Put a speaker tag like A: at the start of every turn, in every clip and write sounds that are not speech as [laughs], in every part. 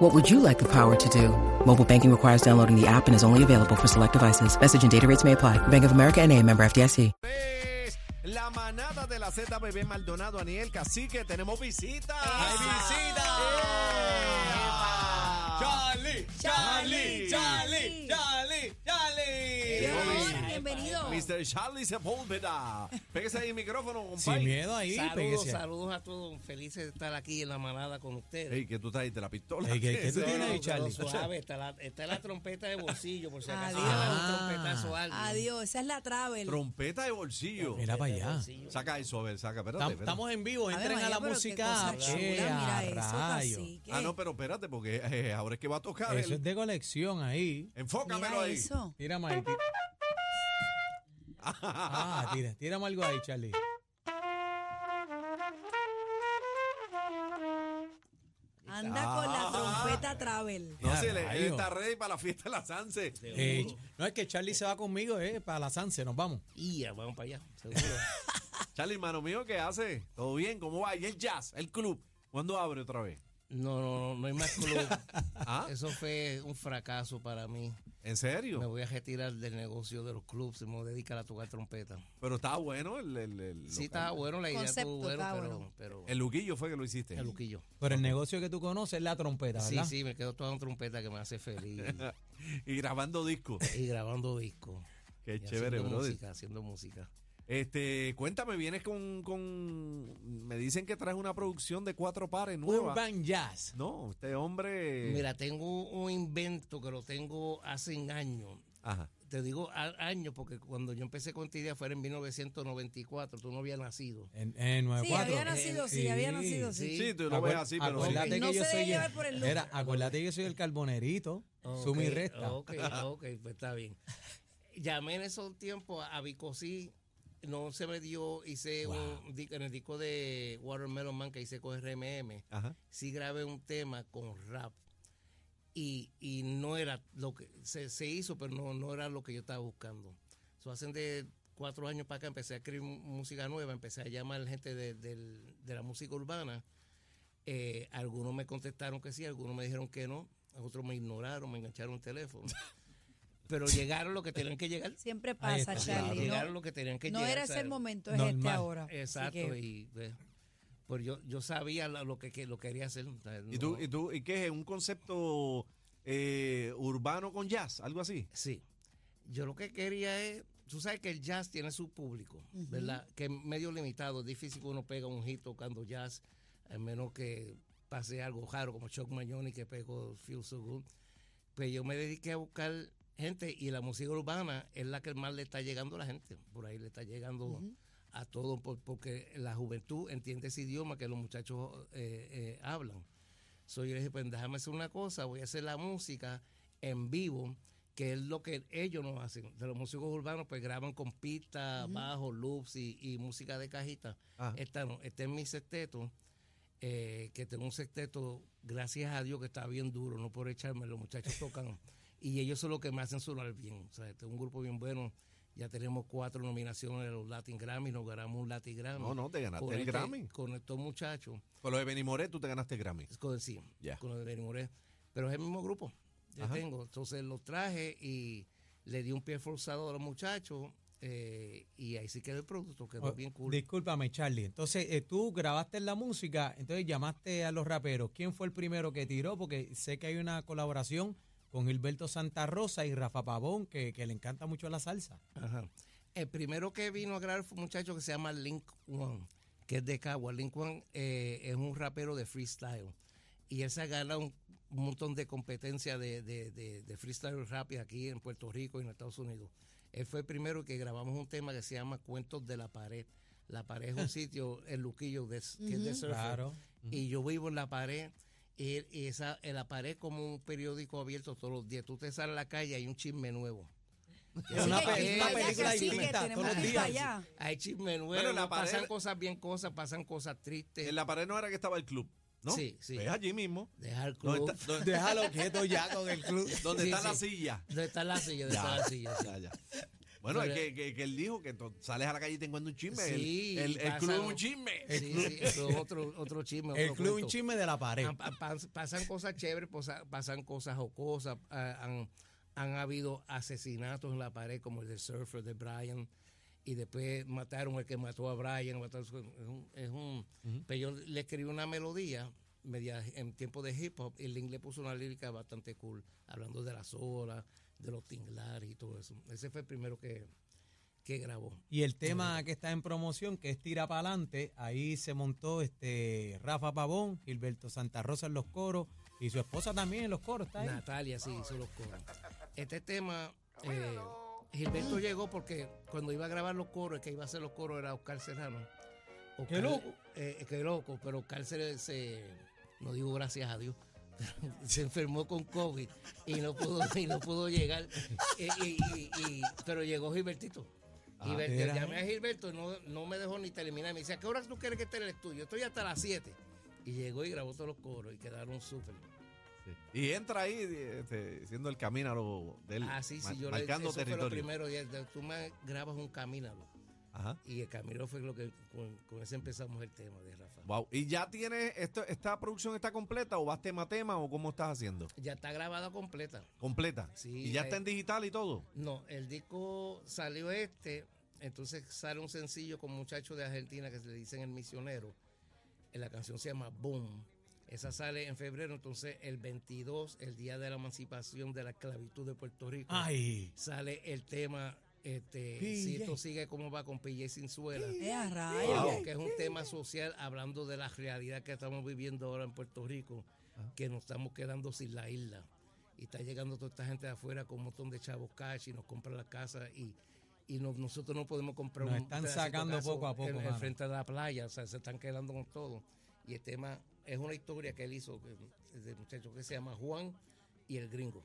A: What would you like the power to do? Mobile banking requires downloading the app and is only available for select devices. Message and data rates may apply. Bank of America and a member FDIC.
B: Es La manada de la Z, bebé Maldonado, Aniel Cacique, tenemos visita.
C: ¡Hay visita! ¡Charlie! ¡Charlie! ¡Charlie! ¡Charlie! ¡Charlie!
B: Hola,
D: bienvenido.
B: Mr. Charlie Sepúlveda. Pégase ahí el micrófono,
C: Sin
B: compadre.
C: miedo ahí,
D: Saludos,
C: péguese.
D: saludos a todos. Felices de estar aquí en la manada con ustedes.
B: Ey, ¿qué tú estás ahí? ¿De la pistola?
C: Ey, ¿qué- qué tú
B: No,
C: tienes
B: no,
C: ahí,
B: no,
C: Charlie?
B: no,
D: Suave, está la, está la trompeta de bolsillo, por si acaso.
E: Adiós.
D: Ah, un trompetazo a alguien.
E: Adiós, esa es la travel.
B: Trompeta de bolsillo.
C: Mira para allá.
B: Saca eso, a ver, saca. Espérate,
C: Tam-
B: espérate.
C: Estamos en vivo,
E: Ave
C: entren a
E: María,
C: la
E: pero qué
C: música.
E: cosa chula,
C: Che,
E: mira
C: a
E: eso,
C: rayo.
E: cacique.
B: Ah, no, pero espérate, porque eh, ahora es que va a tocar.
C: Eso es
B: el-
C: de colección ahí.
B: Enfócamelo
E: Mira
B: ahí.
E: eso.
C: Tira ahí. ti- Ah, tira, tírame algo ahí, Charlie.
E: Anda con
D: Ah.
E: la trompeta travel.
B: No,
C: Ya,
B: sí, él- él
C: rayo.
B: está ready para la fiesta de la Sanse.
C: Eh, no es que Charlie se va conmigo, eh, para la Sanse, nos vamos.
D: Y ya, vamos para allá, seguro.
B: Charlie, hermano mío, ¿qué hace? ¿Todo bien? ¿Cómo va? ¿Y el jazz? ¿El club? ¿Cuándo abre otra vez?
D: No, no, no, no hay más club.
B: [laughs] ¿Ah?
D: Eso fue un fracaso para mí.
B: ¿En
D: Me
B: serio?
D: voy a retirar del negocio de los clubs y me voy a dedicar a tocar trompeta.
B: Pero estaba bueno el... el, el
D: Sí,
B: local.
D: estaba bueno la idea,
E: Concepto,
D: estuvo bueno,
E: estaba
D: pero,
E: bueno.
D: pero
B: El Luquillo fue que lo hiciste.
D: el luquillo.
C: Pero el negocio que tú conoces es la trompeta,
D: Sí,
C: ¿verdad?
D: sí, me quedo toda una trompeta que me hace
B: [laughs]
D: feliz
B: y grabando discos.
D: [laughs] y grabando discos.
B: Qué
D: y
B: chévere,
D: haciendo
B: brother.
D: música, haciendo música.
B: Este, cuéntame, vienes con, con. Me dicen que traes una producción de cuatro pares nueva.
C: Urban Jazz.
B: No, este hombre.
D: Mira, tengo un invento que lo tengo hace un año.
B: Ajá.
D: Te digo a- años porque cuando yo empecé con esta idea fue en 1994, tú no habías nacido.
C: En, en
E: Sí,
C: 94.
E: había nacido, sí, había nacido, sí.
D: Sí.
B: Sí, tú lo ves así, pero. sí.
C: acuérdate
E: No
C: que yo
E: se deje
C: soy
E: llevar por el look.
C: Era, acuérdate que yo soy el carbonerito,
D: Ok,
C: suma y resta.
D: Ok, ok, pues está bien. Llamé en esos tiempos a Vicosí, no se me dio, hice un, di- en el disco de Watermelon Man que hice con RMM,
B: Ajá.
D: sí grabé un tema con rap. Y, y no era lo que se, se hizo, pero no, no era lo que yo estaba buscando. So, hacen de cuatro años para acá empecé a escribir mu- música nueva, empecé a llamar gente de, del- de la música urbana. Eh, algunos me contestaron que sí, algunos me dijeron que no, otros me ignoraron, me engancharon el teléfono. [laughs] pero llegaron lo que tenían que llegar.
E: Siempre
C: Ahí
E: pasa,
C: está,
E: Charlie.
D: Llegaron
E: No,
D: lo que tenían que
E: no
D: llegar.
E: era ese
D: ¿sabes?
E: el momento, es este
C: Normal.
E: ahora. Así
D: Exacto,
E: que-
D: y pues, pues yo, yo sabía la- lo que, que- lo que quería hacer. ¿sabes?
B: ¿Y tú,
D: No-
B: y tú, y qué es? ¿Un concepto eh, urbano con jazz? ¿Algo así?
D: Sí. Yo lo que quería es, tú sabes que el jazz tiene su público, ¿verdad? Que es medio limitado, es difícil que uno pega un hit tocando jazz, a menos que pase algo raro como Chuck Mañoni que pegó Feel So Good. Pues yo me dediqué a buscar gente y la música urbana es la que más le está llegando a la gente, por ahí le está llegando a todo, por- porque la juventud entiende ese idioma que los muchachos eh, eh, hablan. So, yo le dije, pues déjame hacer una cosa, voy a hacer la música en vivo, que es lo que ellos nos hacen. De los músicos urbanos, pues graban con pistas, bajos, loops y, y música de cajita.
B: Ajá.
D: Esta no, este es mi sexteto, eh, que tengo un sexteto, gracias a Dios, que está bien duro, no por echarme, los muchachos tocan. y ellos son los que me hacen sonar bien. O sea, este es un grupo bien bueno. Ya tenemos cuatro nominaciones de los Latin Grammy, nos ganamos un Latin Grammy.
B: No, no, te ganaste
D: Con
B: el
D: este-
B: Grammy.
D: Con estos muchachos.
B: Con lo de Benny Moré, tú te ganaste el Grammy.
D: Es con, sí,
B: Ya.
D: con lo de Benny Moré. Pero es el mismo grupo que
B: Ajá.
D: tengo. Entonces los traje y le di un pie forzado a los muchachos eh, y ahí sí quedó el producto, quedó
C: Oh,
D: bien cool.
C: Discúlpame, Charlie. Entonces, eh, tú grabaste la música, entonces llamaste a los raperos. ¿Quién fue el primero que tiró? Porque sé que hay una colaboración con Gilberto Santa Rosa y Rafa Pavón, que, que le encanta mucho la salsa.
D: Ajá. El primero que vino a grabar fue un muchacho que se llama Link One, que es de Cagua. Link One eh, es un rapero de freestyle. Y él se gana un, un montón de competencia de, de- de- de freestyle rap aquí en Puerto Rico y en Estados Unidos. Él fue el primero que grabamos un tema que se llama Cuentos de la Pared. La pared es un sitio, el Luquillo, de, que es de surfer.
C: Claro.
D: Y yo vivo en la pared. Y, y eh, esa, en la pared como un periódico abierto todos los días. Tú te sales a la calle y hay un chisme nuevo.
C: Es una,
E: Así que
C: pe-
E: hay
C: una
E: que ir
C: película
E: allá, cacique,
C: distinta
E: tenemos
C: todos los
E: que ir
C: días.
E: allá.
D: Hay chisme nuevo,
B: Bueno, la
D: pasan
B: pared-
D: cosas bien cosas, pasan cosas tristes.
B: En la pared no era que estaba el club, ¿no?
D: Sí, sí.
B: Es allí mismo.
D: Dejar
B: Donde
D: club.
B: está, donde-
C: Déjalo quieto ya con el
D: [laughs]
C: club.
B: donde
D: Sí,
B: está la
D: sí.
B: silla.
D: ¿Dónde está la silla? ¿Dónde está
B: Ya,
D: la silla? Sí.
B: ya, ya. Bueno,
D: Pero-
B: es que, que- que él dijo que to- sales a la calle y te encuentras un chisme. El-
D: Sí,
B: el, el
D: pasa
B: club es
D: algo.
B: un chisme.
D: Sí, sí,
B: [laughs]
D: eso es otro, otro chisme.
C: El
D: otro
C: club un
D: cuento. Ah,
C: chisme de la pared.
D: Han- han- pas- pasan cosas chéveres, posa- pasan cosas jocosas. ah, han, han habido asesinatos en la pared, como el del surfer de Brian. Y después mataron al que mató a Brian. mataron- es un, es un- Pero yo le escribí una melodía media, en tiempo de hip hop. Y Link le puso una lírica bastante cool, hablando de las horas, de los tinglares y todo eso. Ese fue el primero que, que grabó.
C: Y el tema que está en promoción, que es Tira Pa'lante, ahí se montó este Rafa Pavón, Gilberto Santa Rosa en los coros y su esposa también en los coros, está ahí.
D: Natalia sí hizo los coros. Este tema, eh, Gilberto llegó porque cuando iba a grabar los coros, el que iba a hacer los coros era Oscar Serrano. Oscar-
C: ¡Qué loco!
D: eh, qué loco, pero Oscar se, se- no digo gracias a Dios, [laughs] pero se enfermó con COVID y no pudo, [laughs] y no pudo llegar. Eh, y- y- y- pero llegó Gilbertito.
C: Ah,
D: Gilberto,
C: mira.
D: llamé a Gilberto, no, no me dejó ni terminar. Me dice, ¿a qué hora tú quieres que esté en el estudio? Estoy hasta las 7. Y llegó y grabó todos los coros y quedaron súper.
B: Sí. Y entra ahí este, siendo el camino del
D: Ah, sí, sí,
B: mar-
D: yo le-
B: marcando
D: eso
B: territorio.
D: fue lo primero. ya, ya, tú me grabas un camínalo.
B: Ajá.
D: Y el camino fue lo que con, con eso empezamos el tema de Rafa.
B: Wow. ¿Y ya tienes esto, esta producción está completa o vas tema a tema o cómo estás haciendo?
D: Ya está grabada completa.
B: Completa.
D: Sí, eh,
B: y ya
D: ahí-
B: está en digital y todo.
D: No, el disco salió este, entonces sale un sencillo con muchachos de Argentina que se le dicen El Misionero. Eh, La canción se llama Boom. Esa sale en febrero, entonces el 22, el día de la emancipación de la esclavitud de Puerto Rico,
C: Ay,
D: sale el tema. Este,
C: PJ.
D: si esto sigue como va con PJ Sinzuela.
E: Eh, a
D: Oye,
E: rayos.
D: que es un tema social hablando de la realidad que estamos viviendo ahora en Puerto Rico,
C: Ah.
D: que nos estamos quedando sin la isla. Y está llegando toda esta gente de afuera con un montón de chavos cash y nos compran la casa y, y no- nosotros no podemos comprar
C: Nos
D: un
C: están
D: pedacito de
C: sacando
D: casa
C: poco a poco,
D: en, en
C: mano.
D: frente de la playa, o sea, se están quedando con todo. Y el tema es una historia que él hizo que- de muchacho que se llama Juan y el gringo,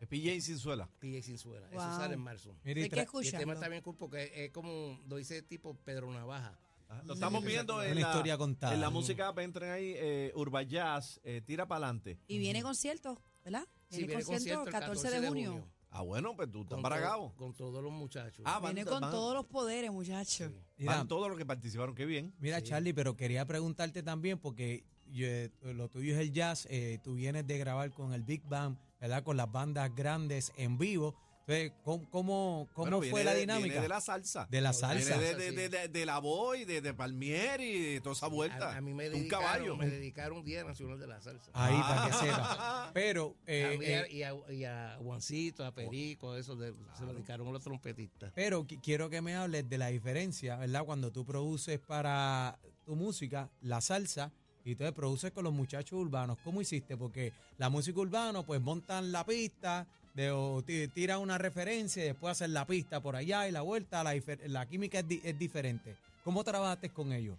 B: Es PJ Sinzuela.
D: PJ Sinzuela.
E: Wow.
D: Eso sale en marzo.
C: mira, y
E: Hay que
C: tra-
D: Y el tema
E: escucharlo.
D: está bien cool porque es, es como lo dice tipo Pedro Navaja.
B: Ajá. Lo estamos viendo en
C: Una
B: la,
C: historia contada.
B: en la música. app, Entren ahí, eh, Urba Jazz, eh, tira para adelante.
E: Y viene concierto, ¿verdad?
D: Sí, viene concierto el 14 de junio.
B: Ah, bueno, pues tú estás
D: Con
B: bragado.
D: to- Con todos los muchachos.
B: Ah, van,
E: Viene con
B: van-
E: todos los poderes, muchachos.
C: mira,
B: van todos los que participaron. Qué bien.
C: mira, Charlie, pero quería preguntarte también, porque yo- eh, lo tuyo es el jazz, eh, tú vienes de grabar con el Big Band, ¿verdad? Con las bandas grandes en vivo. Entonces, ¿cómo, cómo, cómo
B: Bueno,
C: fue
B: viene
C: la
B: de-
C: dinámica?
B: Viene de la salsa.
C: De la salsa.
B: Viene de, de, de, de- de la Boy, de, de Palmieri, de toda esa vuelta.
D: a, a mí me
B: un
D: dedicaron,
B: caballo.
D: me dedicaron Día Nacional de la Salsa.
C: Ahí, para que
B: Ah.
C: sepa. Pero, eh,
D: a mí
C: eh,
D: y, a, y a Juancito, a Perico, eso de- se lo dedicaron los trompetistas.
C: Pero qui- quiero que me hables de la diferencia, ¿verdad? Cuando tú produces para tu música, la salsa, y tú produces con los muchachos urbanos. ¿Cómo hiciste? Porque la música urbana, pues montan la pista, de, o ti- tiran una referencia y después hacen la pista por allá y la vuelta. La, difer- la química es, di- es diferente. ¿Cómo trabajaste con ellos?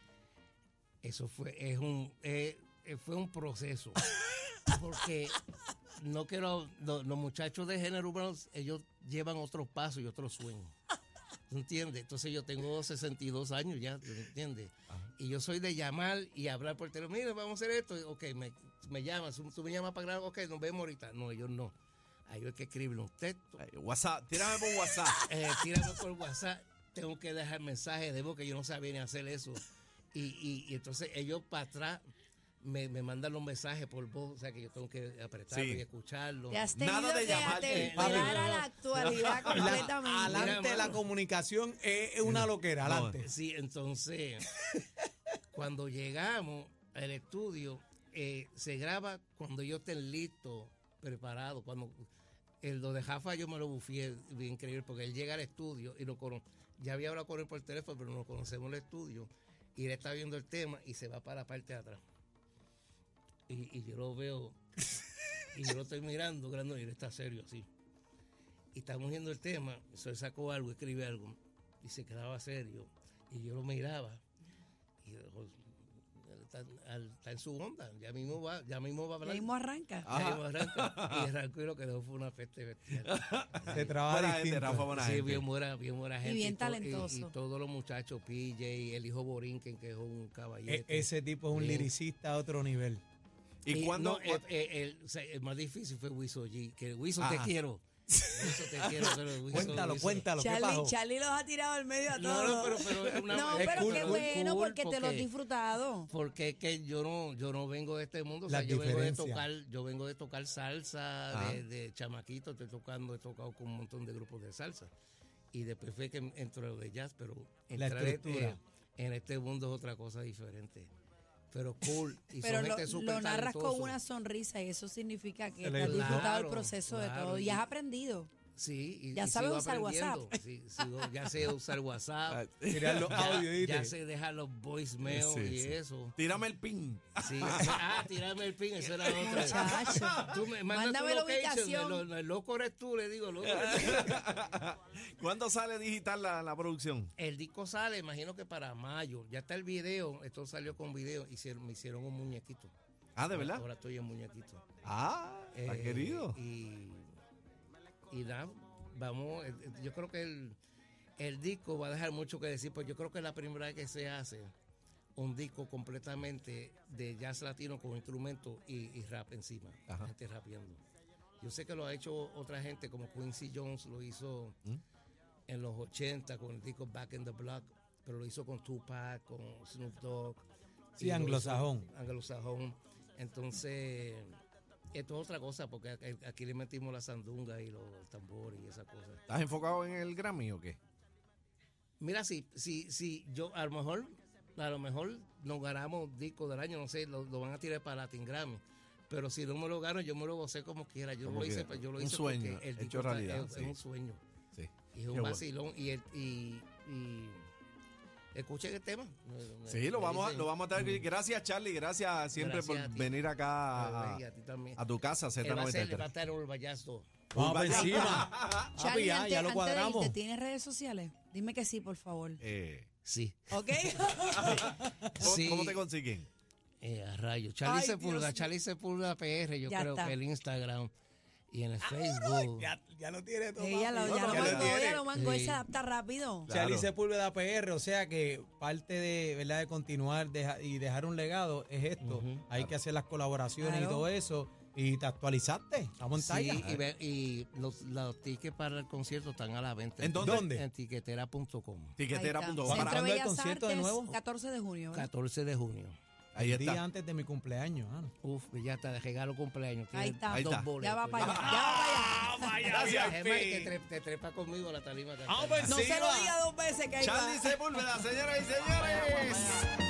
D: Eso fue, es un, eh, eh, fue un proceso. Porque no quiero, lo- los muchachos de género urbano, ellos llevan otros pasos y otros sueños. ¿Tú entiendes? Entonces yo tengo 62 años ya, ¿tú entiendes? Y yo soy de llamar y hablar por teléfono. Mira, vamos a hacer esto. Ok, me, me llamas, tú me llamas para grabar. Ok, nos vemos ahorita. No, ellos no. A ellos hay que escribir un texto.
B: Ay, WhatsApp, tírame por
C: [laughs]
B: WhatsApp.
D: Eh, tírame por WhatsApp. Tengo que dejar mensaje de voz que yo no sabía ni hacer eso. Y, y- y entonces ellos para atrás me, me mandan los mensajes por voz. O sea que yo tengo que apretarlo
B: Sí.
D: y escucharlo.
E: Te has
B: Nada
E: tenido
B: de
E: que
B: llamar,
E: atemperar
D: eh,
E: a
D: [laughs]
E: la actualidad completamente.
D: adelante,
C: adelante,
D: mano.
C: la
D: la
C: comunicación es una loquera,
B: No.
C: adelante.
B: adelante.
D: Sí, entonces, cuando llegamos al estudio, eh, se graba cuando yo esté listo, preparado. Cuando el lo de Jafa yo me lo bufié bien increíble, porque él llega al estudio y lo cono- Ya había hablado con él por teléfono, pero nos conocemos en el estudio. Y él está viendo el tema y se va para la parte de atrás. Y, y yo lo veo. Y yo lo estoy mirando, grande, y él está serio así. Y estamos viendo el tema. Eso él sacó algo, escribe algo y se quedaba serio. Y yo lo miraba. Y yo, está, al- está en su onda. Ya mismo va, ya mismo va a
E: Y
D: hablar.
E: ahí mismo arranca.
D: Ya
B: [laughs]
D: mismo arranca. Y arrancó y lo que dejó fue una peste bestial.
C: Se trabaja
B: Buena gente,
C: distinto.
B: Rafa, buena
D: Sí,
B: gente.
D: bien buena, bien buena gente.
E: bien
D: to-
E: talentoso.
D: Y, todos los muchachos, PJ, el hijo Borinquen, que es un caballero.
C: E- ese tipo es un
D: Sí.
C: liricista a otro nivel.
B: ¿Y cuándo?
D: el, eh, el- el- o sea, el más difícil fue Wiso G. Que Wiso, te
B: Ajá. quiero.
D: quiero. Wiso, te
C: [laughs]
D: quiero. pero Wiso-
C: Cuéntalo,
D: Wiso-
C: cuéntalo, ¿qué
E: Charlie,
C: pasó?
E: Charlie los ha tirado al medio a
D: No,
E: todos.
D: no, pero, pero es una-
E: No,
D: es
E: pero
D: cool,
E: qué
D: cool,
E: bueno,
D: cool,
E: porque te lo has disfrutado.
D: Porque es que yo no, yo no vengo de este mundo, o sea,
C: Las
D: yo vengo de
C: diferencias.
D: tocar, yo vengo de tocar salsa,
B: Ah.
D: de, de chamaquito, estoy tocando, he tocado con un montón de grupos de salsa. Y después fue que entro lo de jazz, pero
C: La
D: entrar, eh,
C: estructura.
D: en este mundo es otra cosa diferente. Pero cool.
E: [laughs]
D: Y
E: Pero
D: son
E: lo,
D: gente súper
E: lo narras con
D: talentosa.
E: una sonrisa y eso significa
C: Se
E: que te
C: le
E: has
C: disfrutó.
E: disfrutado el
D: Claro,
E: proceso de
D: claro,
E: todo y
D: y- Ah,
E: has aprendido.
D: Sí, y,
E: Ya
D: y
E: sabes
D: sigo
E: usar WhatsApp.
D: aprendiendo. Sí, sigo- ya sé usar [laughs] WhatsApp.
C: Tirar los
D: ya,
C: audios, ¿viste?
D: ya sé dejar los voicemails
B: Ah, Sí,
D: y
B: sí.
D: eso.
B: Tírame el pin.
D: Sí, ah, tirarme el pin, eso era otra.
E: Muchacho.
D: Tú me mandas tu
E: Mándame la
D: location,
E: ubicación.
D: el, lo- el loco eres tú, le digo, loco. eres tú.
B: [laughs] ¿Cuándo sale digital la, la producción?
D: El disco sale, imagino que para mayo. Ya está el video, esto salió con video, hicieron, me hicieron un muñequito.
B: Ah, ¿de verdad?
D: Ahora estoy en muñequito.
B: Ah, está
D: Eh,
B: querido.
D: Y, y nada, vamos, eh, eh, yo creo que el, el disco va a dejar mucho que decir, pues yo creo que es la primera vez que se hace un disco completamente de jazz latino con instrumentos y, y rap encima,
B: Ajá.
D: gente rapeando. Yo sé que lo ha hecho otra gente, como Quincy Jones lo hizo
B: ¿Mm?
D: en los 80 con el disco Back in the Block, pero lo hizo con Tupac, con Snoop Dogg.
C: Sí,
D: y lo hizo-
C: anglosajón.
D: anglosajón. Entonces, esto es otra cosa, porque a- aquí le metimos la sandunga y los tambores y esas cosas.
B: ¿Estás enfocado en el Grammy o qué?
D: Mira, si, si, si yo a lo mejor, a lo mejor nos ganamos disco del año, no sé, lo, lo van a tirar para Latin Grammy. Pero si no me lo gano, yo me lo gocé como quiera. Yo
B: Como
D: lo hice,
B: quiera.
D: pues, yo lo
B: Un
D: hice porque
B: sueño
D: el
B: hecho
D: disco está-
B: realidad,
D: es, es
B: sí.
D: un sueño.
B: Sí.
D: Y es
B: Qué
D: un
B: bueno.
D: vacilón. Y, el, y, y escuchen el tema. Me-
B: Sí,
D: me
B: lo vamos, a-
D: dicen-
B: lo vamos a estar.
D: Mm.
B: Gracias, Charlie. Gracias siempre
D: Gracias a
B: por
D: ti.
B: venir acá
D: Ah,
B: a,
D: y a ti también.
B: a tu casa,
D: Él va a ser- va a
B: Z93.
D: estar en el vallazo.
C: Vamos para
B: Urbana.
C: [laughs] encima.
D: pues
C: Papi,
E: Charlie,
C: ya,
E: antes,
C: ya lo
E: antes de
C: cuadramos.
E: irte, ¿tienes redes sociales? Dime que sí, por favor.
B: Eh,
D: Sí.
E: [laughs] ¿Ok?
B: ¿cómo,
D: Sí.
B: cómo te consiguen?
D: Eh, a rayo. Charlie
E: Ay, Dios
D: Sepulga,
E: mío.
D: Charlie Sepulga PR, yo
E: Ya
D: creo
E: está.
D: que el Instagram y en el Facebook.
C: lo tiene
D: [laughs]
C: todo.
E: Ella lo,
B: No,
E: ya
B: no,
E: lo
B: ya le
E: mangó,
B: tiene.
E: ya lo mangó, él
D: Sí.
E: se adapta rápido.
B: Claro.
C: Charlie Sepúlveda PR, o sea que parte de, ¿verdad? de continuar deja- y dejar un legado es esto.
D: Ujú.
C: Hay que hacer las colaboraciones
E: Claro.
C: y todo eso. Y te actualizaste, estamos en
D: Sí,
C: talla.
D: y, ve- y los, los tickets para el concierto están a la venta.
B: ¿En dónde?
C: ¿Dónde?
D: En tiquetera.com.
E: Ahí está.
B: Tiquetera.com.
C: Para-
E: Centro
C: ¿Cuándo
B: Ahí,
C: es el
E: Bellas
C: concierto de
E: Artes,
C: nuevo?
E: 14 de junio. ¿eh?
D: 14 de junio.
B: ahí
C: El día
B: está.
C: antes de mi cumpleaños. ah, no.
D: Uf, ya está, de regalo cumpleaños.
E: Ahí
D: Tienes
E: está.
B: Ahí
D: dos
B: está.
D: boletos. Ah,
E: Ya va para allá. Ya va
D: [laughs]
E: para
B: Ah,
E: allá.
B: Gracias,
D: Gemma, y
B: Pi.
D: te, tre- te trepa conmigo
B: Ah,
D: a la tarima. que
B: Vamos
D: está.
B: para
E: No se lo diga dos veces que ahí va.
B: Charlie Sepúlveda, señoras y señores. Eh,